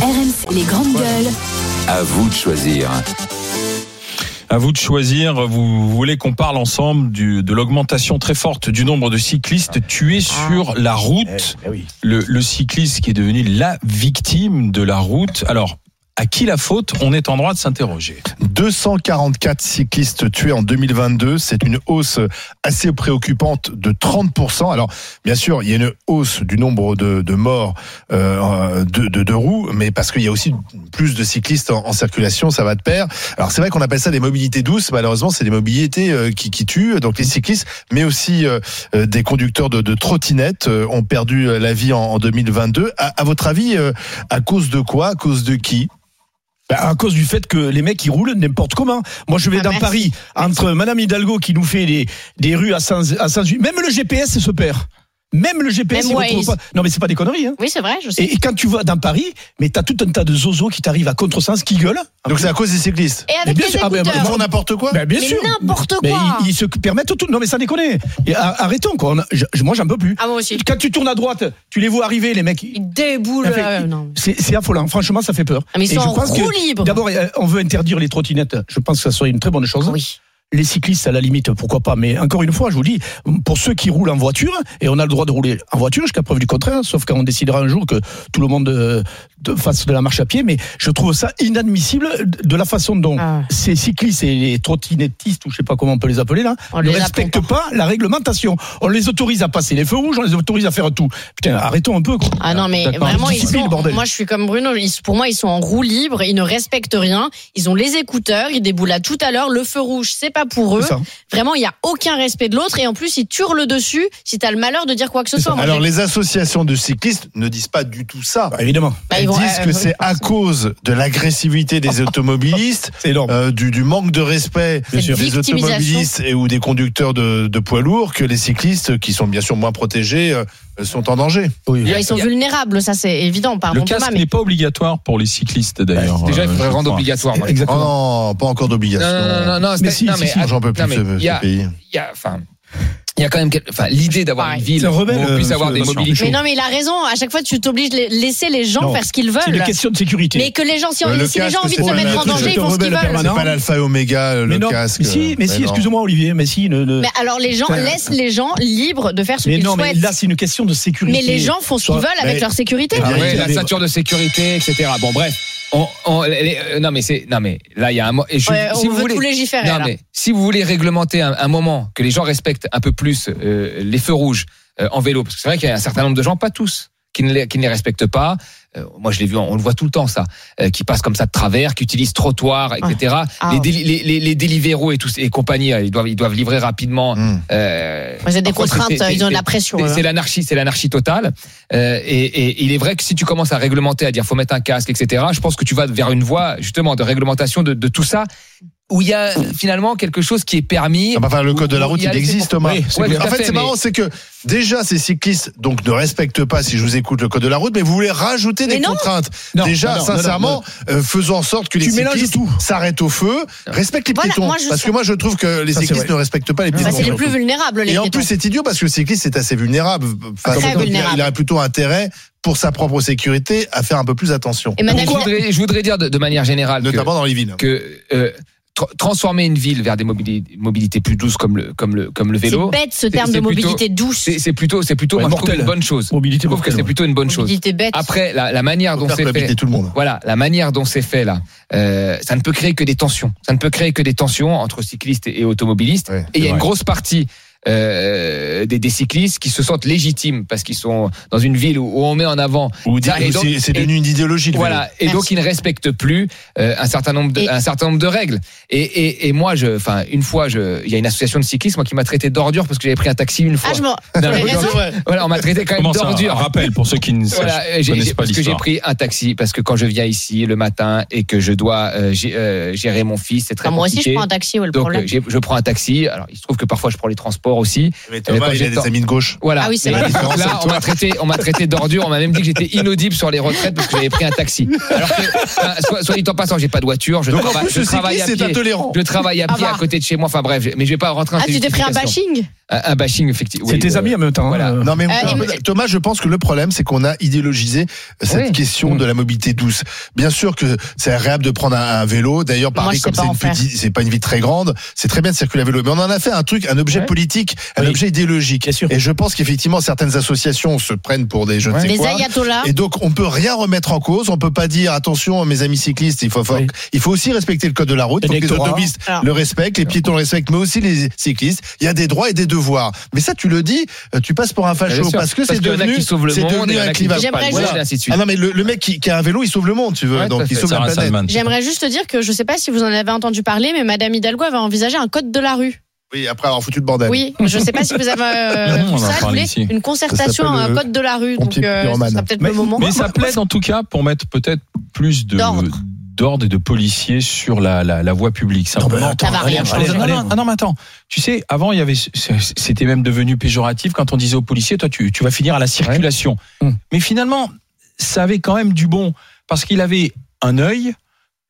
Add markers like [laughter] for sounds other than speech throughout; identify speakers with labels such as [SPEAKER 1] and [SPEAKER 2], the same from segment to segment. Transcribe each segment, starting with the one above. [SPEAKER 1] RMC, les grandes gueules.
[SPEAKER 2] À vous de choisir.
[SPEAKER 3] À vous de choisir. Vous voulez qu'on parle ensemble du, de l'augmentation très forte du nombre de cyclistes tués
[SPEAKER 4] Ah.
[SPEAKER 3] sur la route.
[SPEAKER 4] Eh,
[SPEAKER 3] Le, le cycliste qui est devenu la victime de la route. Alors, à qui la faute On est en droit de s'interroger.
[SPEAKER 4] Ah, 244 cyclistes tués en 2022. C'est une hausse assez préoccupante de 30%. Alors, bien sûr, il y a une hausse du nombre de, de morts euh, de, de, de roues, mais parce qu'il y a aussi plus de cyclistes en, en circulation, ça va de pair. Alors, c'est vrai qu'on appelle ça des mobilités douces. Malheureusement, c'est des mobilités euh, qui, qui tuent. Donc, les cyclistes, mais aussi euh, des conducteurs de, de trottinettes euh, ont perdu la vie en, en 2022. À, à, votre avis, euh, à cause de quoi À cause de qui
[SPEAKER 5] ben, à cause du fait que les mecs ils roulent n'importe comment. Moi je vais
[SPEAKER 6] Ah,
[SPEAKER 5] dans
[SPEAKER 6] merci.
[SPEAKER 5] Paris entre Madame Hidalgo qui nous fait des, des rues à sens à sens unique. Ah, Même le GPS se perd. Même le GPS
[SPEAKER 6] Même
[SPEAKER 5] il retrouve
[SPEAKER 6] Waze.
[SPEAKER 5] pas. Non mais c'est pas des conneries. Hein.
[SPEAKER 6] Oui, c'est vrai, je sais.
[SPEAKER 5] Et, et quand tu vas dans Paris, mais t'as tout un tas de zozos qui t'arrivent à contresens, qui gueulent.
[SPEAKER 4] Donc, c'est à cause des cyclistes.
[SPEAKER 6] Et
[SPEAKER 5] Mais
[SPEAKER 6] avec
[SPEAKER 5] bien
[SPEAKER 6] les
[SPEAKER 5] sûr, ah, mais-
[SPEAKER 4] Ils
[SPEAKER 6] écouteurs.
[SPEAKER 4] font n'importe quoi.
[SPEAKER 5] Ben, bien
[SPEAKER 6] Mais
[SPEAKER 5] sûr.
[SPEAKER 6] n'importe
[SPEAKER 5] Mais
[SPEAKER 6] quoi.
[SPEAKER 5] ils, ils se permettent tout. Non mais ça déconne. Et a- Arrêtons quoi. On a- je- moi j'en peux plus.
[SPEAKER 6] Ah, moi aussi.
[SPEAKER 5] Quand tu tournes à droite, tu les vois arriver les mecs.
[SPEAKER 6] Il déboule.
[SPEAKER 5] Enfin,
[SPEAKER 6] euh, non.
[SPEAKER 5] C'est c'est affolant. Franchement, ça fait peur.
[SPEAKER 6] Ah, mais ils
[SPEAKER 5] Et
[SPEAKER 6] sont
[SPEAKER 5] je
[SPEAKER 6] en
[SPEAKER 5] pense que-
[SPEAKER 6] roue libre.
[SPEAKER 5] D'abord, euh, on veut interdire les trottinettes. Je pense que ça serait une très bonne chose.
[SPEAKER 6] Ah Oui.
[SPEAKER 5] Les cyclistes, à la limite, pourquoi pas. Mais encore une fois, je vous dis, pour ceux qui roulent en voiture, et on a le droit de rouler en voiture jusqu'à preuve du contraire, sauf quand on décidera un jour que tout le monde euh, de- fasse de la marche à pied, mais je trouve ça inadmissible de la façon dont
[SPEAKER 6] Ah.
[SPEAKER 5] ces cyclistes et les trottinettistes, ou je sais pas comment on peut les appeler là,
[SPEAKER 6] On
[SPEAKER 5] ne
[SPEAKER 6] les
[SPEAKER 5] respectent pas. la réglementation. On les autorise à passer les feux rouges, on les autorise à faire tout. Putain, arrêtons un peu. quoi.
[SPEAKER 6] Ah non, mais
[SPEAKER 5] D'accord.
[SPEAKER 6] vraiment, ils
[SPEAKER 5] Discipline,
[SPEAKER 6] sont.
[SPEAKER 5] bordel.
[SPEAKER 6] Moi, je suis comme Bruno. ils- pour moi, ils sont en roue libre. Ils ne respectent rien. Ils ont les écouteurs. Ils déboulent à tout à l'heure. Le feu rouge, c'est pas pour eux.
[SPEAKER 5] C'est ça.
[SPEAKER 6] Vraiment, il n'y a aucun respect de l'autre. Et en plus, ils turent le dessus si t'as le malheur de dire quoi que ce soit. Moi,
[SPEAKER 4] Alors
[SPEAKER 6] j'ai-
[SPEAKER 4] les associations de cyclistes ne disent pas du tout ça.
[SPEAKER 5] Bah, évidemment.
[SPEAKER 6] Bah, ils
[SPEAKER 4] Elles
[SPEAKER 6] vont-
[SPEAKER 4] disent
[SPEAKER 6] euh,
[SPEAKER 4] que
[SPEAKER 6] oui,
[SPEAKER 4] c'est à cause de l'agressivité des automobilistes,
[SPEAKER 5] C'est énorme.
[SPEAKER 4] euh, du, du manque de respect
[SPEAKER 6] Bien sûr.
[SPEAKER 4] des
[SPEAKER 6] victimisation.
[SPEAKER 4] automobilistes et ou des conducteurs de, de poids lourds que les cyclistes, qui sont bien sûr moins protégés, euh, sont en danger.
[SPEAKER 5] Oui.
[SPEAKER 6] Ils sont vulnérables. Ça, c'est évident.
[SPEAKER 3] Le
[SPEAKER 6] Pardon, Thomas.
[SPEAKER 3] casque
[SPEAKER 6] Mais
[SPEAKER 3] n'est pas obligatoire pour les cyclistes d'ailleurs.
[SPEAKER 7] Déjà, il
[SPEAKER 3] euh,
[SPEAKER 7] faudrait
[SPEAKER 3] je
[SPEAKER 7] rendre
[SPEAKER 3] crois.
[SPEAKER 7] obligatoire. moi.
[SPEAKER 4] Oh
[SPEAKER 5] Exactement.
[SPEAKER 4] non, pas encore d'obligation.
[SPEAKER 7] Non, non, non, non, non,
[SPEAKER 5] Mais
[SPEAKER 7] c'est-
[SPEAKER 5] si,
[SPEAKER 7] non,
[SPEAKER 5] si,
[SPEAKER 7] mais
[SPEAKER 5] si,
[SPEAKER 7] att-
[SPEAKER 4] J'en peux plus
[SPEAKER 7] non,
[SPEAKER 4] de
[SPEAKER 7] mais
[SPEAKER 4] ce,
[SPEAKER 7] il y
[SPEAKER 4] ce
[SPEAKER 7] a- Ah,
[SPEAKER 4] pays.
[SPEAKER 7] il y a- enfin, il y a quand même, quel- enfin, l'idée d'avoir
[SPEAKER 6] Pareil.
[SPEAKER 7] une ville
[SPEAKER 5] C'est un rebelle,
[SPEAKER 7] où on puisse
[SPEAKER 5] euh,
[SPEAKER 7] avoir des
[SPEAKER 3] monsieur,
[SPEAKER 7] mobilités.
[SPEAKER 6] mais non, mais il a raison. À chaque fois, tu t'obliges de laisser les gens
[SPEAKER 5] Non,
[SPEAKER 6] faire ce qu'ils
[SPEAKER 5] C'est
[SPEAKER 6] veulent.
[SPEAKER 5] une question de sécurité.
[SPEAKER 6] Mais que les gens, si,
[SPEAKER 4] Euh, le
[SPEAKER 6] si les gens
[SPEAKER 4] casque,
[SPEAKER 6] ont envie
[SPEAKER 4] c'est
[SPEAKER 6] de se
[SPEAKER 4] pas
[SPEAKER 6] mettre
[SPEAKER 4] mal.
[SPEAKER 6] en
[SPEAKER 4] Tout
[SPEAKER 6] danger,
[SPEAKER 4] le
[SPEAKER 6] ils font ce qu'ils
[SPEAKER 5] rebelle
[SPEAKER 6] veulent.
[SPEAKER 5] permanent.
[SPEAKER 4] C'est
[SPEAKER 5] non.
[SPEAKER 4] pas l'alpha et oméga, euh, le
[SPEAKER 5] mais non,
[SPEAKER 4] casque. bah
[SPEAKER 5] mais si, mais si,
[SPEAKER 4] non.
[SPEAKER 5] excusez-moi Olivier, mais si, ne, ne-
[SPEAKER 6] Mais alors les gens
[SPEAKER 5] Putain.
[SPEAKER 6] laissent les gens libres de faire ce
[SPEAKER 5] mais
[SPEAKER 6] qu'ils
[SPEAKER 5] non, mais
[SPEAKER 6] souhaitent.
[SPEAKER 5] là c'est une question de sécurité.
[SPEAKER 6] Mais les gens font ce qu'ils
[SPEAKER 5] Soit-
[SPEAKER 6] veulent avec
[SPEAKER 4] mais-
[SPEAKER 6] leur sécurité.
[SPEAKER 4] Ah
[SPEAKER 7] Ah ouais,
[SPEAKER 4] oui,
[SPEAKER 7] la
[SPEAKER 5] mais-
[SPEAKER 7] ceinture de sécurité, etc. Bon, bref. On, on- les- les- euh, non, mais c'est, non, mais là, il y a un mot. et je-
[SPEAKER 6] Ouais,
[SPEAKER 7] si
[SPEAKER 6] on
[SPEAKER 7] vous
[SPEAKER 6] veut
[SPEAKER 7] voulez-
[SPEAKER 6] tout légiférer.
[SPEAKER 7] non,
[SPEAKER 6] là.
[SPEAKER 7] mais si vous voulez réglementer un, un moment que les gens respectent un peu plus euh, les feux rouges euh, en vélo, parce que c'est vrai qu'il y a un certain nombre de gens, pas tous, qui ne les, qui ne les respectent pas. Euh, moi, je l'ai vu, on, on le voit tout le temps ça, euh, qui passent comme ça de travers, qui utilisent trottoir, etc.
[SPEAKER 6] Ah,
[SPEAKER 7] les,
[SPEAKER 6] ouais.
[SPEAKER 7] déli- les, les, les Deliveroo et tous et compagnie, euh, ils doivent ils doivent livrer rapidement.
[SPEAKER 4] Hum.
[SPEAKER 7] Euh,
[SPEAKER 6] Ils ont Mmh. des
[SPEAKER 7] parfois,
[SPEAKER 6] contraintes,
[SPEAKER 7] c'est- c'est-
[SPEAKER 6] ils ont de la
[SPEAKER 7] c'est-
[SPEAKER 6] pression,
[SPEAKER 7] c'est-
[SPEAKER 6] eux, hein.
[SPEAKER 7] C'est l'anarchie, c'est l'anarchie totale. Euh, et, et il est vrai que si tu commences à réglementer, à dire faut mettre un casque, etc. Je pense que tu vas vers une voie justement de réglementation de, de tout ça où il y a finalement quelque chose qui est permis.
[SPEAKER 4] Ah bah, Enfin, le code de la
[SPEAKER 7] Où- où
[SPEAKER 4] route,
[SPEAKER 7] il y a
[SPEAKER 4] il
[SPEAKER 7] les-
[SPEAKER 4] existe, Thomas.
[SPEAKER 7] Oui, c'est
[SPEAKER 4] En
[SPEAKER 7] clair.
[SPEAKER 4] fait,
[SPEAKER 7] Tout à fait,
[SPEAKER 4] c'est
[SPEAKER 7] mais-
[SPEAKER 4] marrant, c'est que déjà, ces cyclistes donc ne respectent pas, si je vous écoute, le code de la route, mais vous voulez rajouter des
[SPEAKER 6] Mais non.
[SPEAKER 4] contraintes.
[SPEAKER 5] Non,
[SPEAKER 4] déjà,
[SPEAKER 5] non, non,
[SPEAKER 4] sincèrement, euh, faisons en sorte que
[SPEAKER 5] Tu
[SPEAKER 4] les
[SPEAKER 5] mélanges
[SPEAKER 4] cyclistes
[SPEAKER 5] tout.
[SPEAKER 4] s'arrêtent au feu, respectent les
[SPEAKER 6] Voilà,
[SPEAKER 4] piétons.
[SPEAKER 6] moi, je
[SPEAKER 4] parce
[SPEAKER 6] sais-
[SPEAKER 4] que moi, je trouve que les
[SPEAKER 5] Ça, c'est
[SPEAKER 4] cyclistes
[SPEAKER 5] vrai.
[SPEAKER 4] ne respectent pas les
[SPEAKER 6] Bah,
[SPEAKER 4] piétons.
[SPEAKER 6] c'est les plus vulnérables. Les
[SPEAKER 4] Et en
[SPEAKER 6] piétons.
[SPEAKER 4] plus, c'est idiot parce que le cycliste est assez vulnérable. Enfin,
[SPEAKER 6] Très
[SPEAKER 4] donc,
[SPEAKER 6] vulnérable.
[SPEAKER 4] Il aurait plutôt intérêt, pour sa propre sécurité, à faire un peu plus attention.
[SPEAKER 6] Et Madame
[SPEAKER 7] Je voudrais, je voudrais dire de, de manière générale que,
[SPEAKER 4] Notamment dans les villes.
[SPEAKER 7] que, euh, tra- transformer une ville vers des mobili- mobilités plus douces comme le comme le comme le
[SPEAKER 6] c'est
[SPEAKER 7] vélo,
[SPEAKER 6] bête ce terme de
[SPEAKER 7] c'est plutôt-
[SPEAKER 6] mobilité douce.
[SPEAKER 7] c'est c'est plutôt c'est plutôt
[SPEAKER 5] Ouais,
[SPEAKER 7] moi, je trouve
[SPEAKER 5] mortel.
[SPEAKER 7] une bonne chose. Je
[SPEAKER 5] mobilité
[SPEAKER 7] trouve que
[SPEAKER 5] mortelle,
[SPEAKER 7] c'est
[SPEAKER 5] ouais.
[SPEAKER 7] plutôt une bonne chose.
[SPEAKER 6] Mobilité bête.
[SPEAKER 7] Après la, la manière
[SPEAKER 4] Pour
[SPEAKER 7] dont
[SPEAKER 4] faire
[SPEAKER 7] c'est fait.
[SPEAKER 4] cohabiter tout le monde.
[SPEAKER 7] Voilà, la manière dont c'est fait là, euh, ça ne peut créer que des tensions. Ça ne peut créer que des tensions entre cyclistes et automobilistes.
[SPEAKER 4] Ouais,
[SPEAKER 7] et il y a une
[SPEAKER 3] vrai.
[SPEAKER 7] grosse partie euh, des, des cyclistes qui se sentent légitimes parce qu'ils sont dans une ville où, où on met en avant.
[SPEAKER 4] Bah, Ou
[SPEAKER 7] Ça, et
[SPEAKER 4] ou
[SPEAKER 7] donc-
[SPEAKER 4] c'est c'est
[SPEAKER 7] et-
[SPEAKER 4] devenu une idéologie. le vélo.
[SPEAKER 7] Voilà, et
[SPEAKER 6] Merci.
[SPEAKER 7] donc ils ne respectent plus euh, un certain nombre de,
[SPEAKER 6] Et-
[SPEAKER 7] un certain nombre de règles. Et, et, et moi, je, enfin, une fois, je, il y a une association de cyclistes moi qui m'a traité d'ordure parce que j'avais pris un taxi une fois.
[SPEAKER 6] Ah, je m'en.
[SPEAKER 7] Non,
[SPEAKER 6] J'avais
[SPEAKER 7] mais-
[SPEAKER 6] raison.
[SPEAKER 7] Voilà, on m'a traité quand même
[SPEAKER 3] Comment ça un
[SPEAKER 7] d'ordure.
[SPEAKER 3] Rappel pour ceux qui ne sachent-
[SPEAKER 7] Voilà, euh, j'ai-
[SPEAKER 3] connaissent
[SPEAKER 7] j'ai-
[SPEAKER 3] pas
[SPEAKER 7] parce que j'ai
[SPEAKER 3] l'histoire.
[SPEAKER 7] pris un taxi parce que quand je viens ici le matin et que je dois euh, gé- euh, gérer mon fils, c'est très
[SPEAKER 6] Enfin, Ah, moi aussi,
[SPEAKER 7] compliqué.
[SPEAKER 6] je prends un taxi. ouais, le
[SPEAKER 7] Donc euh,
[SPEAKER 6] problème.
[SPEAKER 7] j'ai- je prends un taxi. Alors il se trouve que parfois je prends les transports aussi.
[SPEAKER 4] Mais
[SPEAKER 7] quand
[SPEAKER 4] Thomas, il a
[SPEAKER 7] j'étais
[SPEAKER 4] des
[SPEAKER 7] en-
[SPEAKER 4] amis de gauche.
[SPEAKER 7] Voilà.
[SPEAKER 6] Ah oui, c'est
[SPEAKER 7] Et
[SPEAKER 6] vrai.
[SPEAKER 7] donc
[SPEAKER 4] La différence
[SPEAKER 7] là,
[SPEAKER 4] avec
[SPEAKER 7] on m'a traité, on m'a traité d'ordure. On m'a même dit que j'étais inaudible sur les retraites parce que j'avais pris un
[SPEAKER 4] [laughs]
[SPEAKER 7] taxi. Alors que, enfin, soit, soit dit en passant, j'ai pas de voiture. Je
[SPEAKER 4] Donc en
[SPEAKER 7] travaille,
[SPEAKER 4] plus,
[SPEAKER 7] je
[SPEAKER 4] le
[SPEAKER 7] travaille
[SPEAKER 4] cycliste
[SPEAKER 7] à
[SPEAKER 4] est
[SPEAKER 7] pied.
[SPEAKER 4] intolérant.
[SPEAKER 7] Je travaille à
[SPEAKER 6] Ah
[SPEAKER 7] pied à
[SPEAKER 6] bah.
[SPEAKER 7] côté de chez moi. Enfin bref, je- mais je vais pas rentrer. dans
[SPEAKER 6] Ah,
[SPEAKER 7] ces
[SPEAKER 6] tu t'es pris un
[SPEAKER 7] justifications.
[SPEAKER 6] bashing
[SPEAKER 7] un, un bashing effectif.
[SPEAKER 5] C'est tes amis en même temps.
[SPEAKER 7] voilà.
[SPEAKER 5] hein.
[SPEAKER 4] Non mais
[SPEAKER 6] Euh,
[SPEAKER 4] Thomas,
[SPEAKER 6] et moi-
[SPEAKER 4] Thomas, je pense que le problème, c'est qu'on a idéologisé cette
[SPEAKER 7] Oui.
[SPEAKER 4] question
[SPEAKER 7] Mm.
[SPEAKER 4] de la mobilité douce. Bien sûr que c'est agréable de prendre un, un vélo. D'ailleurs,
[SPEAKER 6] Moi,
[SPEAKER 4] Paris,
[SPEAKER 6] je sais
[SPEAKER 4] comme
[SPEAKER 6] pas
[SPEAKER 4] c'est
[SPEAKER 6] en
[SPEAKER 4] une
[SPEAKER 6] faire.
[SPEAKER 4] petite- c'est pas une ville très grande, c'est très bien de circuler à vélo. Mais on en a fait un truc, un objet
[SPEAKER 7] Ouais.
[SPEAKER 4] politique, un
[SPEAKER 5] Oui.
[SPEAKER 4] objet idéologique.
[SPEAKER 5] Bien sûr.
[SPEAKER 4] Et je pense qu'effectivement, certaines associations se prennent pour des je ne sais
[SPEAKER 6] Les
[SPEAKER 4] quoi.
[SPEAKER 6] ayatollahs.
[SPEAKER 4] Et donc, on peut rien remettre en cause. On peut pas dire attention, mes amis cyclistes, il faut, faut-
[SPEAKER 5] Oui.
[SPEAKER 4] il faut aussi respecter le code de la route. Il
[SPEAKER 5] Les
[SPEAKER 4] faut que les
[SPEAKER 6] hein.
[SPEAKER 5] lectorats.
[SPEAKER 4] automobilistes
[SPEAKER 6] Alors.
[SPEAKER 4] le respectent, les piétons le respectent, mais aussi les cyclistes. Il y a des droits et des devoirs. Mais ça, tu le dis, euh, tu passes pour un
[SPEAKER 7] Bien
[SPEAKER 4] facho
[SPEAKER 7] sûr,
[SPEAKER 4] parce que c'est
[SPEAKER 7] qu'il y en a
[SPEAKER 4] devenu,
[SPEAKER 7] qui sauvent le
[SPEAKER 4] c'est
[SPEAKER 7] monde,
[SPEAKER 4] devenu
[SPEAKER 7] il y en a
[SPEAKER 4] un
[SPEAKER 7] qui
[SPEAKER 4] clivage.
[SPEAKER 7] sauvent pas le
[SPEAKER 6] J'aimerais
[SPEAKER 7] monde,
[SPEAKER 6] juste-
[SPEAKER 7] et ainsi de suite.
[SPEAKER 4] Ah non, mais le, le mec qui, qui a un vélo, il sauve le monde, tu veux.
[SPEAKER 7] Ouais,
[SPEAKER 4] donc,
[SPEAKER 7] tout à
[SPEAKER 4] il
[SPEAKER 7] fait.
[SPEAKER 4] sauve la
[SPEAKER 3] Sarah
[SPEAKER 4] planète.
[SPEAKER 3] Salman.
[SPEAKER 6] J'aimerais juste te dire que je sais pas si vous en avez entendu parler, mais Madame Hidalgo avait envisagé un code de la rue.
[SPEAKER 4] Oui, après avoir foutu le bordel.
[SPEAKER 6] Oui, je sais pas si vous avez euh,
[SPEAKER 3] Non, on en
[SPEAKER 6] vu ça,
[SPEAKER 3] parle
[SPEAKER 6] je voulais
[SPEAKER 3] ici.
[SPEAKER 6] une concertation,
[SPEAKER 4] Ça
[SPEAKER 6] un
[SPEAKER 4] s'appelle le
[SPEAKER 6] code de la rue. Donc,
[SPEAKER 4] pompier
[SPEAKER 6] euh,
[SPEAKER 4] pyromane.
[SPEAKER 6] ça sera peut-être
[SPEAKER 5] Mais-
[SPEAKER 6] le moment.
[SPEAKER 3] Mais ça plaide en tout cas pour mettre peut-être plus de
[SPEAKER 6] D'ordre.
[SPEAKER 3] d'ordre et de policiers sur la, la, la voie publique.
[SPEAKER 5] mais
[SPEAKER 3] Simplement.
[SPEAKER 5] attends,
[SPEAKER 6] Ça va
[SPEAKER 3] Allez,
[SPEAKER 6] rien
[SPEAKER 3] allez,
[SPEAKER 5] changer.
[SPEAKER 3] allez,
[SPEAKER 5] Allez,
[SPEAKER 3] non, non,
[SPEAKER 5] on-
[SPEAKER 3] non, mais attends. Tu sais, avant, il y avait, c'était même devenu péjoratif quand on disait aux policiers, toi, tu, tu vas finir à la circulation.
[SPEAKER 5] Ouais. Hmm.
[SPEAKER 3] Mais finalement, ça avait quand même du bon parce qu'il avait un œil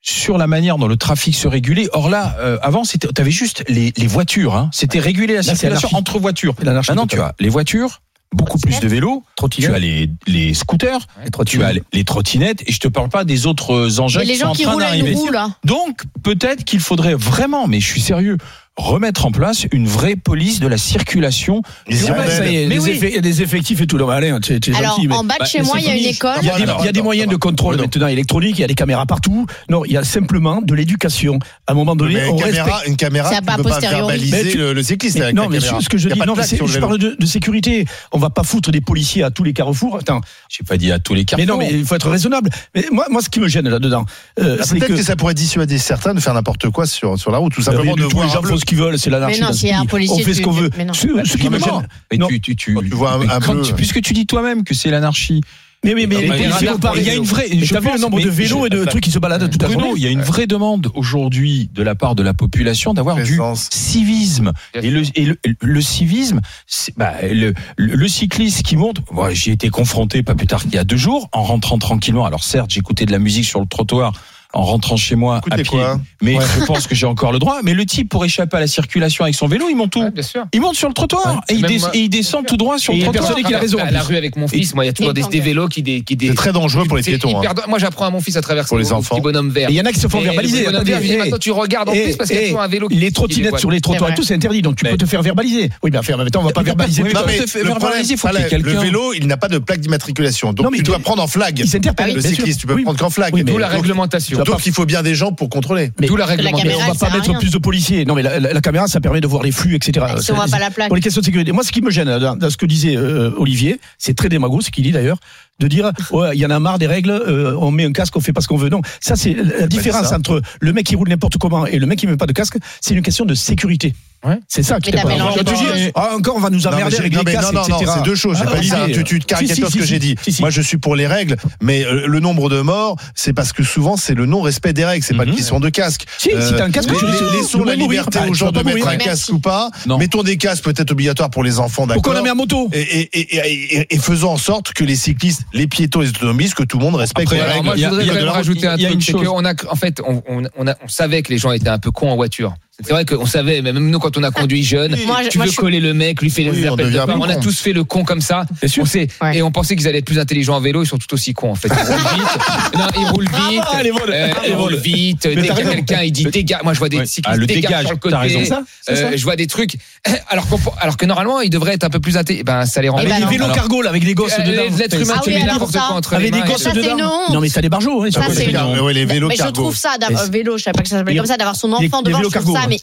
[SPEAKER 3] sur la manière dont le trafic se régulait. Or là, euh, avant, c'était, t'avais juste les, les voitures. Hein. C'était régulé la
[SPEAKER 5] c'est
[SPEAKER 3] circulation
[SPEAKER 5] anarchique.
[SPEAKER 3] entre voitures.
[SPEAKER 5] C'est l'anarchie
[SPEAKER 4] Ah
[SPEAKER 3] Maintenant, tu
[SPEAKER 5] totale.
[SPEAKER 3] as les voitures, beaucoup plus de vélos, tu as
[SPEAKER 5] Trottinette.
[SPEAKER 3] les, les scooters,
[SPEAKER 7] Ouais.
[SPEAKER 3] tu as les- les trottinettes, et je te parle pas des autres euh, engins
[SPEAKER 6] Et les
[SPEAKER 3] qui sont
[SPEAKER 6] gens
[SPEAKER 3] en
[SPEAKER 6] qui
[SPEAKER 3] train
[SPEAKER 6] roulent hein. à une
[SPEAKER 3] d'arriver.
[SPEAKER 6] roue, là.
[SPEAKER 3] Donc peut-être qu'il faudrait vraiment, mais je suis sérieux, remettre en place une vraie police de la circulation.
[SPEAKER 4] Les
[SPEAKER 5] Ouais,
[SPEAKER 4] hirondelles.
[SPEAKER 5] ça y est,
[SPEAKER 3] Mais
[SPEAKER 5] les
[SPEAKER 3] oui.
[SPEAKER 5] effets- des effectifs et tout. Non, mais Allez, tu es tu es
[SPEAKER 6] Alors,
[SPEAKER 5] gentil, mais-
[SPEAKER 6] en bas de
[SPEAKER 3] bah,
[SPEAKER 6] chez
[SPEAKER 3] mais
[SPEAKER 6] moi,
[SPEAKER 3] c'est
[SPEAKER 6] il y a une
[SPEAKER 3] fini.
[SPEAKER 6] école.
[SPEAKER 5] Il y a des,
[SPEAKER 4] Alors,
[SPEAKER 5] il y a des
[SPEAKER 4] attends,
[SPEAKER 5] moyens
[SPEAKER 4] attends.
[SPEAKER 5] de contrôle
[SPEAKER 4] Pardon.
[SPEAKER 5] maintenant électronique, il y a des caméras partout. Non, il y a simplement de l'éducation. À un moment donné,
[SPEAKER 4] Mais
[SPEAKER 5] on
[SPEAKER 4] une caméra,
[SPEAKER 5] respecte.
[SPEAKER 4] une caméra,
[SPEAKER 6] C'est
[SPEAKER 4] tu
[SPEAKER 6] pas
[SPEAKER 4] peux pas
[SPEAKER 6] posteriori.
[SPEAKER 5] Mais
[SPEAKER 4] verbaliser
[SPEAKER 5] tu-
[SPEAKER 4] le, le cycliste.
[SPEAKER 5] Mais
[SPEAKER 4] avec
[SPEAKER 5] non,
[SPEAKER 4] la
[SPEAKER 5] mais
[SPEAKER 4] caméra.
[SPEAKER 5] c'est ce que je
[SPEAKER 4] Y a
[SPEAKER 5] dis.
[SPEAKER 4] pas de
[SPEAKER 5] Non, mais
[SPEAKER 4] plaque
[SPEAKER 5] c'est-
[SPEAKER 4] sur le
[SPEAKER 5] je
[SPEAKER 4] vélo.
[SPEAKER 5] parle de, de sécurité. On va pas foutre des policiers à tous les carrefours. Attends,
[SPEAKER 3] J'ai pas dit à tous les carrefours.
[SPEAKER 5] mais non, mais il faut être raisonnable. Mais moi, moi, ce qui me gêne là-dedans, euh,
[SPEAKER 4] Ah,
[SPEAKER 5] c'est
[SPEAKER 4] Peut-être
[SPEAKER 5] que,
[SPEAKER 4] que... ça pourrait dissuader certains de faire n'importe quoi sur, sur la route, tout
[SPEAKER 5] Bah oui,
[SPEAKER 4] simplement
[SPEAKER 5] mais
[SPEAKER 4] de hein.
[SPEAKER 5] tous les
[SPEAKER 4] voir un
[SPEAKER 5] gens
[SPEAKER 4] bleu.
[SPEAKER 5] font ce qu'ils veulent, c'est l'anarchie.
[SPEAKER 6] Mais non,
[SPEAKER 5] dans ce
[SPEAKER 6] s'il y a
[SPEAKER 5] pays.
[SPEAKER 6] un policier,
[SPEAKER 5] on fait
[SPEAKER 6] tu-
[SPEAKER 5] ce qu'on veut.
[SPEAKER 6] mais non.
[SPEAKER 5] Ce, ce qui
[SPEAKER 3] Euh, Non,
[SPEAKER 5] me
[SPEAKER 3] mais
[SPEAKER 5] gêne.
[SPEAKER 3] non. Mais
[SPEAKER 5] Non.
[SPEAKER 3] tu, tu, tu,
[SPEAKER 4] Quand tu vois un-
[SPEAKER 3] mais
[SPEAKER 4] un
[SPEAKER 3] quand
[SPEAKER 4] bleu.
[SPEAKER 3] tu- puisque tu dis toi-même que c'est l'anarchie.
[SPEAKER 5] Mais oui, mais
[SPEAKER 3] Non,
[SPEAKER 5] les
[SPEAKER 3] mais
[SPEAKER 5] policiers
[SPEAKER 3] radars,
[SPEAKER 5] ont parlé.
[SPEAKER 3] il y a une vraie-
[SPEAKER 5] Mais
[SPEAKER 3] je
[SPEAKER 5] T'as vu
[SPEAKER 3] pense,
[SPEAKER 5] le nombre
[SPEAKER 3] mais
[SPEAKER 5] de vélos et de
[SPEAKER 3] je-
[SPEAKER 5] trucs qui se baladent tout à
[SPEAKER 3] Bruno, il y a une vraie demande aujourd'hui de la part de la population d'avoir du
[SPEAKER 4] Présence.
[SPEAKER 3] civisme. Et le, et le, le civisme, c'est- bah, le, le- le cycliste qui monte, moi j'y ai été confronté pas plus tard qu'il y a deux jours, en rentrant tranquillement. Alors certes, j'écoutais de la musique sur le trottoir en rentrant chez moi à
[SPEAKER 4] Écoutez
[SPEAKER 3] pied,
[SPEAKER 4] quoi hein
[SPEAKER 3] mais
[SPEAKER 4] Ouais.
[SPEAKER 3] je pense que j'ai encore le droit. Mais le type, pour échapper à la circulation avec son vélo, il monte tout.
[SPEAKER 7] Ouais, bien sûr.
[SPEAKER 3] Il monte sur le trottoir et, il
[SPEAKER 7] Même
[SPEAKER 3] des-
[SPEAKER 7] moi-
[SPEAKER 3] et il descend tout droit sur
[SPEAKER 5] Et
[SPEAKER 3] le
[SPEAKER 5] il y a
[SPEAKER 3] trottoir.
[SPEAKER 5] personne qui a raison, en
[SPEAKER 7] À Ah, la
[SPEAKER 5] plus.
[SPEAKER 7] rue avec mon fils, moi, il y a toujours des, des vélos qui des, qui des-
[SPEAKER 4] C'est très dangereux pour les
[SPEAKER 7] c'est
[SPEAKER 4] piétons.
[SPEAKER 7] hyper
[SPEAKER 4] hein.
[SPEAKER 7] do- Moi, j'apprends à mon fils à travers
[SPEAKER 4] Pour les
[SPEAKER 7] son
[SPEAKER 4] enfants.
[SPEAKER 7] petit bonhomme vert.
[SPEAKER 5] Et il y en a qui se font
[SPEAKER 7] Et
[SPEAKER 5] verbaliser.
[SPEAKER 7] le bonhomme
[SPEAKER 5] attendez,
[SPEAKER 7] vert, je dis,
[SPEAKER 5] eh,
[SPEAKER 7] Maintenant, tu regardes en
[SPEAKER 5] eh,
[SPEAKER 7] plus parce qu'il y a
[SPEAKER 5] eh,
[SPEAKER 7] toujours un vélo. qui- qui
[SPEAKER 5] Les
[SPEAKER 7] les
[SPEAKER 5] trottinettes
[SPEAKER 7] voit.
[SPEAKER 5] sur les trottoirs et tout, c'est interdit. Donc tu
[SPEAKER 3] Mais-
[SPEAKER 5] peux te faire verbaliser. Oui, mais enfin, en même temps, on va [laughs] pas
[SPEAKER 3] Mais-
[SPEAKER 5] verbaliser.
[SPEAKER 3] mais-
[SPEAKER 5] tout
[SPEAKER 4] Non,
[SPEAKER 5] le
[SPEAKER 4] mais
[SPEAKER 5] temps.
[SPEAKER 3] se fait
[SPEAKER 4] le,
[SPEAKER 3] verbaliser,
[SPEAKER 4] problème,
[SPEAKER 3] il faut qu'il y ait
[SPEAKER 4] voilà, le
[SPEAKER 3] quelqu'un.
[SPEAKER 4] vélo, il n'a pas de plaque d'immatriculation. Donc
[SPEAKER 5] Non, mais
[SPEAKER 4] tu
[SPEAKER 5] tu-
[SPEAKER 4] dois prendre en flag.
[SPEAKER 5] Ils s'interpellent.
[SPEAKER 4] Le
[SPEAKER 5] bien sûr.
[SPEAKER 4] cycliste, tu peux
[SPEAKER 5] Ah Oui,
[SPEAKER 4] prendre qu'en flag.
[SPEAKER 5] Oui, mais-
[SPEAKER 7] D'où
[SPEAKER 4] donc,
[SPEAKER 7] la réglementation.
[SPEAKER 5] Tu vas
[SPEAKER 4] donc, il faut bien des gens pour contrôler.
[SPEAKER 5] mais-
[SPEAKER 7] D'où la
[SPEAKER 6] la
[SPEAKER 7] réglementation.
[SPEAKER 5] Ah, Mais on
[SPEAKER 6] caméra,
[SPEAKER 5] va
[SPEAKER 6] elle
[SPEAKER 5] pas
[SPEAKER 6] sert à
[SPEAKER 5] mettre
[SPEAKER 6] rien.
[SPEAKER 5] plus de policiers. Non, mais la, la- la caméra, ça permet de voir les flux, etc.
[SPEAKER 6] Si on voit pas la plaque.
[SPEAKER 5] Pour les questions de sécurité. Moi, ce qui me gêne euh, dans, dans ce que disait euh, Olivier, c'est très démago ce qu'il dit d'ailleurs, de
[SPEAKER 6] [laughs]
[SPEAKER 5] dire ouais, il y en a marre des règles, euh, on met un casque, on fait pas ce qu'on veut. Non, ça c'est la différence
[SPEAKER 4] ça.
[SPEAKER 5] entre le mec qui roule n'importe comment et le mec qui met pas de casque, c'est une question de sécurité.
[SPEAKER 7] Ouais.
[SPEAKER 5] C'est ça qui
[SPEAKER 6] Mais
[SPEAKER 5] t'as
[SPEAKER 6] t'as
[SPEAKER 5] pas.
[SPEAKER 6] mélangé
[SPEAKER 5] Je te
[SPEAKER 6] deux
[SPEAKER 5] dis,
[SPEAKER 6] choses.
[SPEAKER 5] ah, encore on va nous
[SPEAKER 4] Non, mais
[SPEAKER 5] emmerder
[SPEAKER 4] j'ai-
[SPEAKER 5] avec
[SPEAKER 4] non,
[SPEAKER 5] les
[SPEAKER 4] mais
[SPEAKER 5] casques,
[SPEAKER 4] non, non, non,
[SPEAKER 5] etc.
[SPEAKER 4] c'est deux choses. J'ai
[SPEAKER 5] Ah,
[SPEAKER 4] pas dit ça.
[SPEAKER 5] Olivier,
[SPEAKER 4] Tu, tu
[SPEAKER 5] si,
[SPEAKER 4] caricatures
[SPEAKER 5] si,
[SPEAKER 4] ce que
[SPEAKER 5] si, si,
[SPEAKER 4] j'ai dit.
[SPEAKER 5] si, si.
[SPEAKER 4] Moi, je suis pour les règles, mais euh, le nombre de morts, c'est parce que souvent, c'est le non-respect des règles. C'est pas
[SPEAKER 3] Mhm.
[SPEAKER 4] une question de casque. Euh,
[SPEAKER 5] Si, si t'as un casque,
[SPEAKER 4] mais-
[SPEAKER 5] tu risques de-
[SPEAKER 4] Laissons
[SPEAKER 5] de
[SPEAKER 4] la
[SPEAKER 5] mourir.
[SPEAKER 4] liberté
[SPEAKER 5] Ah, tu
[SPEAKER 4] aux gens
[SPEAKER 5] vas
[SPEAKER 4] de
[SPEAKER 5] pas
[SPEAKER 4] mettre
[SPEAKER 5] mourir.
[SPEAKER 4] un
[SPEAKER 6] Merci.
[SPEAKER 4] casque ou pas.
[SPEAKER 3] Non.
[SPEAKER 4] Mettons des casques peut-être obligatoires pour les enfants, d'accord.
[SPEAKER 5] Pourquoi on la met en moto
[SPEAKER 4] et, et, et, et- et faisons en sorte que les cyclistes, les piétons et les autonomistes, que tout le monde respecte
[SPEAKER 3] Après,
[SPEAKER 4] les
[SPEAKER 7] Alors,
[SPEAKER 4] règles.
[SPEAKER 7] moi,
[SPEAKER 3] Il y
[SPEAKER 7] je
[SPEAKER 3] a-
[SPEAKER 7] voudrais
[SPEAKER 3] il y a
[SPEAKER 7] quand
[SPEAKER 3] de
[SPEAKER 7] même
[SPEAKER 3] la-
[SPEAKER 7] rajouter un
[SPEAKER 3] il y a
[SPEAKER 7] truc.
[SPEAKER 3] une
[SPEAKER 7] C'est
[SPEAKER 3] chose.
[SPEAKER 7] qu'on a, en fait, on, on, on, a, on savait que les gens étaient un peu cons en voiture. C'est vrai qu'on savait, mais même nous, quand on a conduit jeune,
[SPEAKER 6] Moi, je-
[SPEAKER 7] tu
[SPEAKER 6] moi,
[SPEAKER 7] veux
[SPEAKER 6] je-
[SPEAKER 7] coller le mec, lui faire
[SPEAKER 4] Oui,
[SPEAKER 7] les
[SPEAKER 4] on
[SPEAKER 7] appels de
[SPEAKER 4] devient
[SPEAKER 7] part.
[SPEAKER 4] un peu
[SPEAKER 7] On a
[SPEAKER 4] con.
[SPEAKER 7] tous fait le con comme ça.
[SPEAKER 5] Bien sûr.
[SPEAKER 7] On sait.
[SPEAKER 6] Ouais.
[SPEAKER 7] Et on pensait qu'ils allaient être plus intelligents en vélo, ils sont tout aussi cons en fait. Ils roulent vite. Non, ils roulent vite.
[SPEAKER 5] Ah, les vols.
[SPEAKER 7] Euh,
[SPEAKER 5] Ah,
[SPEAKER 7] ils
[SPEAKER 5] les
[SPEAKER 7] roulent
[SPEAKER 5] vols.
[SPEAKER 7] vite. Dès qu'il y
[SPEAKER 5] t'as
[SPEAKER 7] a
[SPEAKER 5] raison.
[SPEAKER 7] quelqu'un, il dit dégage. Moi, je vois des
[SPEAKER 3] Ouais.
[SPEAKER 7] cyclistes
[SPEAKER 3] Ah, le
[SPEAKER 7] dégage
[SPEAKER 3] dégage,
[SPEAKER 7] sur le
[SPEAKER 3] t'as
[SPEAKER 7] côté.
[SPEAKER 3] raison.
[SPEAKER 5] C'est ça, c'est
[SPEAKER 7] Euh,
[SPEAKER 5] ça.
[SPEAKER 7] je vois des trucs. [laughs] Alors, qu'on- alors que normalement, ils devraient être un peu plus intelligents. Ben, ça les rend.
[SPEAKER 6] Eh
[SPEAKER 5] Avec
[SPEAKER 6] ben
[SPEAKER 5] des
[SPEAKER 6] non.
[SPEAKER 5] vélos
[SPEAKER 3] Alors-
[SPEAKER 5] cargo, là, avec des gosses
[SPEAKER 7] Euh,
[SPEAKER 5] dedans.
[SPEAKER 7] L'être humain
[SPEAKER 6] Ah
[SPEAKER 7] qui
[SPEAKER 6] oui,
[SPEAKER 7] met
[SPEAKER 6] alors
[SPEAKER 7] n'importe
[SPEAKER 6] ça.
[SPEAKER 7] quoi entre les
[SPEAKER 5] Avec
[SPEAKER 7] mains.
[SPEAKER 5] des
[SPEAKER 7] et-
[SPEAKER 5] gosses
[SPEAKER 6] Ça, c'est
[SPEAKER 5] dedans.
[SPEAKER 6] une honte.
[SPEAKER 5] Non, mais t'as des barjots. hein,
[SPEAKER 6] Ça,
[SPEAKER 5] pas
[SPEAKER 6] c'est
[SPEAKER 5] possible.
[SPEAKER 6] une honte.
[SPEAKER 4] Ouais, les vélos
[SPEAKER 6] Mais je
[SPEAKER 4] cargo.
[SPEAKER 6] trouve ça,
[SPEAKER 5] Mais
[SPEAKER 6] d'avoir
[SPEAKER 5] c'est-
[SPEAKER 6] vélo, je sais pas que ça
[SPEAKER 5] Il
[SPEAKER 6] s'appelle
[SPEAKER 5] y a-
[SPEAKER 6] comme ça, d'avoir son
[SPEAKER 5] il y a
[SPEAKER 6] enfant
[SPEAKER 5] des
[SPEAKER 6] devant, je
[SPEAKER 5] vélos
[SPEAKER 6] trouve ça,
[SPEAKER 5] cargo,
[SPEAKER 6] mais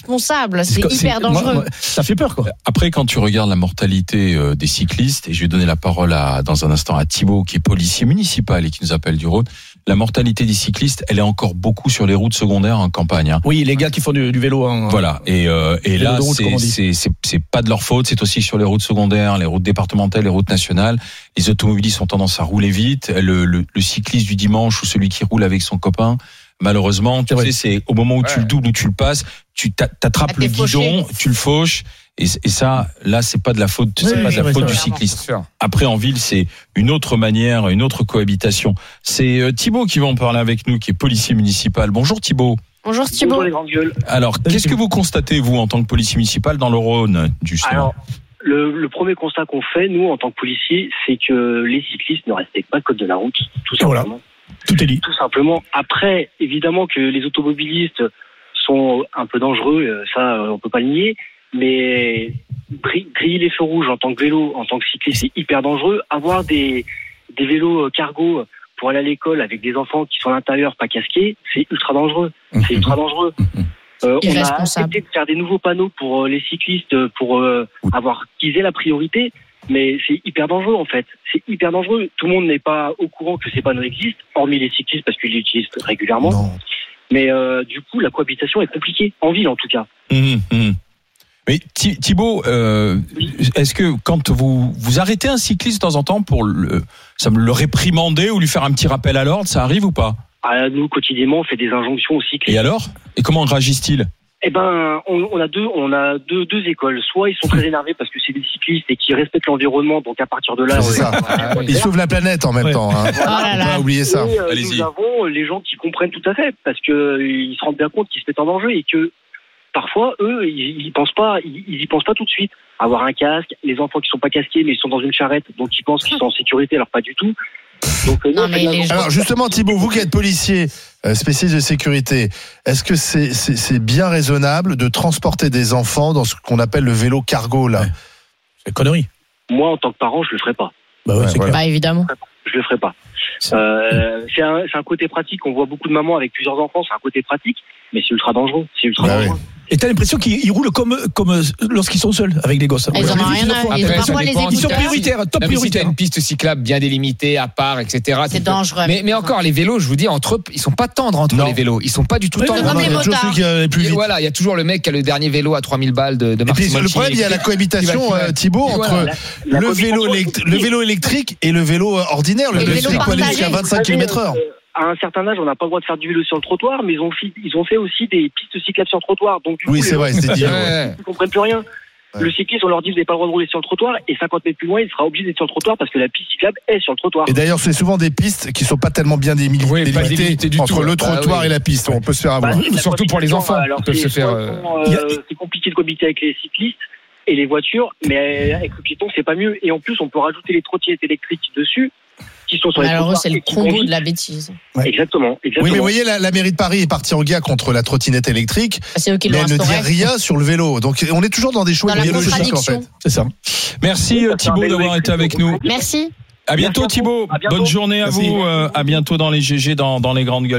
[SPEAKER 6] irresponsable. C'est
[SPEAKER 5] C'est-
[SPEAKER 6] hyper
[SPEAKER 5] moi, moi,
[SPEAKER 6] dangereux.
[SPEAKER 5] Ça fait peur, quoi.
[SPEAKER 3] Après, quand tu regardes la mortalité euh, des cyclistes, et je vais donner la parole à, dans un instant à Thibaut, qui est policier municipal et qui nous appelle du Rhône, la mortalité des cyclistes, elle est encore beaucoup sur les routes secondaires en campagne. hein.
[SPEAKER 5] Oui, les gars qui font du, du vélo en.
[SPEAKER 3] Voilà. Et, euh, et
[SPEAKER 5] Vélo
[SPEAKER 3] là,
[SPEAKER 5] de route, comme
[SPEAKER 3] c'est-
[SPEAKER 5] on dit.
[SPEAKER 3] c'est c'est- c'est pas de leur faute. C'est aussi sur les routes secondaires, les routes départementales, les routes nationales. Les automobilistes ont tendance à rouler vite. Le, le- le cycliste du dimanche ou celui qui roule avec son copain, malheureusement, tu
[SPEAKER 5] C'est vrai.
[SPEAKER 3] sais, c'est au moment où tu
[SPEAKER 7] Ouais.
[SPEAKER 3] le doubles ou tu le passes, tu t'a-
[SPEAKER 6] Ah,
[SPEAKER 3] t'attrapes
[SPEAKER 6] t'es
[SPEAKER 3] le guidon,
[SPEAKER 6] fauché.
[SPEAKER 3] tu le fauches. Et, et ça, là, c'est pas de la faute,
[SPEAKER 5] Oui,
[SPEAKER 3] c'est pas
[SPEAKER 5] oui,
[SPEAKER 3] de la
[SPEAKER 5] oui,
[SPEAKER 3] faute du
[SPEAKER 5] c'est
[SPEAKER 6] vrai.
[SPEAKER 3] cycliste.
[SPEAKER 7] Bien sûr.
[SPEAKER 3] Après, en ville, c'est une autre manière, une autre cohabitation. C'est euh, Thibaut qui va en parler avec nous, qui est policier municipal. Bonjour Thibaut.
[SPEAKER 6] Bonjour Thibault.
[SPEAKER 1] les grandes gueules.
[SPEAKER 3] Alors, qu'est-ce que vous constatez, vous, en tant que policier municipal, dans le Rhône, justement
[SPEAKER 1] Alors, le, le premier constat qu'on fait, nous, en tant que policiers, c'est que les cyclistes ne respectent pas le code de la route, tout
[SPEAKER 5] Voilà.
[SPEAKER 1] simplement.
[SPEAKER 5] Tout est dit.
[SPEAKER 1] Tout simplement. Après, évidemment que les automobilistes sont un peu dangereux, euh, ça, euh, on peut pas le nier, mais gri- griller les feux rouges en tant que vélo, en tant que cycliste, c'est hyper dangereux. Avoir des, des vélos euh, cargo pour aller à l'école avec des enfants qui sont à l'intérieur, pas casqués, c'est ultra dangereux. C'est ultra dangereux. Euh, on a
[SPEAKER 6] Irresponsable.
[SPEAKER 1] accepté de faire des nouveaux panneaux pour euh, les cyclistes euh, pour euh, avoir qu'ils aient la priorité, mais c'est hyper dangereux en fait. C'est hyper dangereux. Tout le monde n'est pas au courant que ces panneaux existent, hormis les cyclistes parce qu'ils les utilisent régulièrement.
[SPEAKER 4] Non.
[SPEAKER 1] Mais euh, du coup, la cohabitation est compliquée, en ville en tout cas.
[SPEAKER 3] Hum, hum. Mais Thi- Thibaut, euh, est-ce que quand vous, vous arrêtez un cycliste de temps en temps pour le, ça me le réprimander ou lui faire un petit rappel à l'ordre, ça arrive ou pas
[SPEAKER 1] Ah, nous, quotidiennement, on fait des injonctions aux
[SPEAKER 3] Et
[SPEAKER 1] cyclistes.
[SPEAKER 3] alors Et comment réagissent-ils
[SPEAKER 1] Eh ben, on, on a deux, on a deux, deux écoles. Soit ils sont très énervés parce que c'est des cyclistes et qui respectent l'environnement, donc à partir de là,
[SPEAKER 4] C'est
[SPEAKER 1] on-
[SPEAKER 4] ça.
[SPEAKER 7] Ah, oui.
[SPEAKER 4] Ils sauvent la planète en même
[SPEAKER 5] Ouais.
[SPEAKER 4] temps. Hein.
[SPEAKER 6] Oh là là.
[SPEAKER 4] Faut pas oublier ça.
[SPEAKER 1] Et, euh,
[SPEAKER 3] Allez-y.
[SPEAKER 1] nous avons les gens qui comprennent tout à fait, parce que euh, ils se rendent bien compte qu'ils se mettent en danger et que parfois, eux, ils, ils pensent pas, ils, ils y pensent pas tout de suite. Avoir un casque, les enfants qui sont pas casqués mais ils sont dans une charrette, donc ils pensent qu'ils sont en sécurité, alors pas du tout. Donc, euh, nous,
[SPEAKER 6] Non,
[SPEAKER 1] on fait
[SPEAKER 6] mais
[SPEAKER 1] de la
[SPEAKER 6] les
[SPEAKER 1] vente.
[SPEAKER 4] Alors justement, Thibault, vous qui êtes policier, euh, spécialiste de sécurité, est-ce que c'est c'est- c'est bien raisonnable de transporter des enfants dans ce qu'on appelle le vélo cargo là
[SPEAKER 5] C'est connerie.
[SPEAKER 1] moi, en tant que parent, je le ferai pas.
[SPEAKER 5] Bah ouais,
[SPEAKER 4] Ouais,
[SPEAKER 5] c'est
[SPEAKER 4] voilà.
[SPEAKER 5] clair.
[SPEAKER 6] Bah évidemment.
[SPEAKER 1] Je le ferai pas.
[SPEAKER 5] C'est-
[SPEAKER 1] Euh, c'est un, c'est un côté pratique. On voit beaucoup de mamans avec plusieurs enfants. C'est un côté pratique, mais c'est ultra dangereux. C'est ultra
[SPEAKER 4] Bah
[SPEAKER 1] dangereux.
[SPEAKER 5] Et t'as l'impression qu'ils ils roulent comme, comme euh, lorsqu'ils sont seuls avec les gosses.
[SPEAKER 6] Ils
[SPEAKER 5] Je
[SPEAKER 6] en
[SPEAKER 5] l'ai
[SPEAKER 6] ont
[SPEAKER 5] vu
[SPEAKER 6] rien
[SPEAKER 5] plusieurs
[SPEAKER 6] à
[SPEAKER 5] fois.
[SPEAKER 6] Ils
[SPEAKER 7] Après,
[SPEAKER 6] parfois,
[SPEAKER 7] ça
[SPEAKER 6] les
[SPEAKER 7] dépend.
[SPEAKER 5] Ils sont
[SPEAKER 6] écouteurs.
[SPEAKER 5] prioritaires, top
[SPEAKER 7] Non, mais si t'as
[SPEAKER 5] prioritaires.
[SPEAKER 7] une piste cyclable bien délimitée, à part, etc. tu
[SPEAKER 6] C'est
[SPEAKER 7] peux-
[SPEAKER 6] dangereux.
[SPEAKER 7] Mais, mais encore, les vélos, je vous dis, entre eux, ils sont pas tendres entre
[SPEAKER 4] Non.
[SPEAKER 7] les vélos. Ils sont pas du tout
[SPEAKER 5] Oui,
[SPEAKER 7] tendres.
[SPEAKER 6] mais comme
[SPEAKER 4] il y
[SPEAKER 6] les
[SPEAKER 4] a toujours
[SPEAKER 6] motards.
[SPEAKER 4] celui qui allait plus
[SPEAKER 7] Et
[SPEAKER 4] vite.
[SPEAKER 7] voilà, il y a toujours le mec qui a le dernier vélo à 3000 balles de, de
[SPEAKER 4] Et puis,
[SPEAKER 7] Martine
[SPEAKER 4] le problème, il y a la
[SPEAKER 7] qui
[SPEAKER 4] cohabitation,
[SPEAKER 7] va-
[SPEAKER 4] euh, Thibaut,
[SPEAKER 7] Et
[SPEAKER 4] entre
[SPEAKER 7] voilà.
[SPEAKER 1] La
[SPEAKER 4] le, vélo
[SPEAKER 1] cohabitation-
[SPEAKER 4] élect- le vélo électrique et le vélo euh, ordinaire. Le
[SPEAKER 6] Et
[SPEAKER 4] vélo
[SPEAKER 6] le vélo
[SPEAKER 4] électrique peut aller
[SPEAKER 6] partagé.
[SPEAKER 4] jusqu'à 25 km/h.
[SPEAKER 1] euh, à un certain âge, on n'a pas le droit de faire du vélo sur le trottoir, mais ils ont, fi- ils ont fait aussi des pistes cyclables sur le trottoir. Donc, du
[SPEAKER 4] Oui,
[SPEAKER 1] coup,
[SPEAKER 4] c'est
[SPEAKER 1] les
[SPEAKER 4] vrai, c'est dit.
[SPEAKER 7] Ouais,
[SPEAKER 4] ouais.
[SPEAKER 7] ouais.
[SPEAKER 1] gens ne comprennent plus rien.
[SPEAKER 4] Ouais.
[SPEAKER 1] Le cycliste, on leur dit, vous n'avez pas le droit de rouler sur le trottoir, et 50 mètres plus loin, il sera obligé d'être sur le trottoir parce que la piste cyclable est sur le trottoir.
[SPEAKER 4] Et d'ailleurs, c'est souvent des pistes qui sont pas tellement bien démili-
[SPEAKER 7] Oui, pas
[SPEAKER 4] délimitées
[SPEAKER 7] délimitées du
[SPEAKER 4] entre
[SPEAKER 7] tout,
[SPEAKER 4] le
[SPEAKER 7] ouais. Bah
[SPEAKER 4] trottoir
[SPEAKER 7] oui.
[SPEAKER 4] et la piste. On peut se faire
[SPEAKER 1] Bah,
[SPEAKER 4] avoir.
[SPEAKER 1] c'est de la
[SPEAKER 7] ah Surtout pour les
[SPEAKER 1] cohabitation,
[SPEAKER 7] enfants, ils peuvent se
[SPEAKER 1] c'est
[SPEAKER 7] faire,
[SPEAKER 1] soit
[SPEAKER 7] euh,
[SPEAKER 1] ils sont, euh, C'est compliqué de cohabiter avec les cyclistes et les voitures, mais avec le piéton, c'est pas mieux. Et en plus, on peut rajouter les trottinettes électriques dessus, qui sont sur les
[SPEAKER 6] Alors,
[SPEAKER 1] trottoirs
[SPEAKER 6] c'est le
[SPEAKER 1] et qui vont
[SPEAKER 6] combo de
[SPEAKER 1] vite.
[SPEAKER 6] la bêtise.
[SPEAKER 1] Exactement, exactement.
[SPEAKER 4] Oui, mais vous voyez, la, la mairie de Paris est partie en guerre contre la trottinette électrique,
[SPEAKER 6] C'est eux qui
[SPEAKER 4] mais
[SPEAKER 6] l'ont
[SPEAKER 4] elle ne dit
[SPEAKER 6] instauré.
[SPEAKER 4] rien sur le vélo. Donc, on est toujours dans des choix
[SPEAKER 6] Dans la
[SPEAKER 4] idéologiques, en fait.
[SPEAKER 6] contradiction.
[SPEAKER 5] C'est ça.
[SPEAKER 3] Merci euh, Thibaut d'avoir été avec nous.
[SPEAKER 6] Merci.
[SPEAKER 3] À bientôt
[SPEAKER 1] Merci à vous.
[SPEAKER 3] Thibaut.
[SPEAKER 1] À bientôt.
[SPEAKER 3] Bonne journée à
[SPEAKER 5] Merci.
[SPEAKER 3] vous. euh, à bientôt dans les GG, dans, dans les grandes gueules.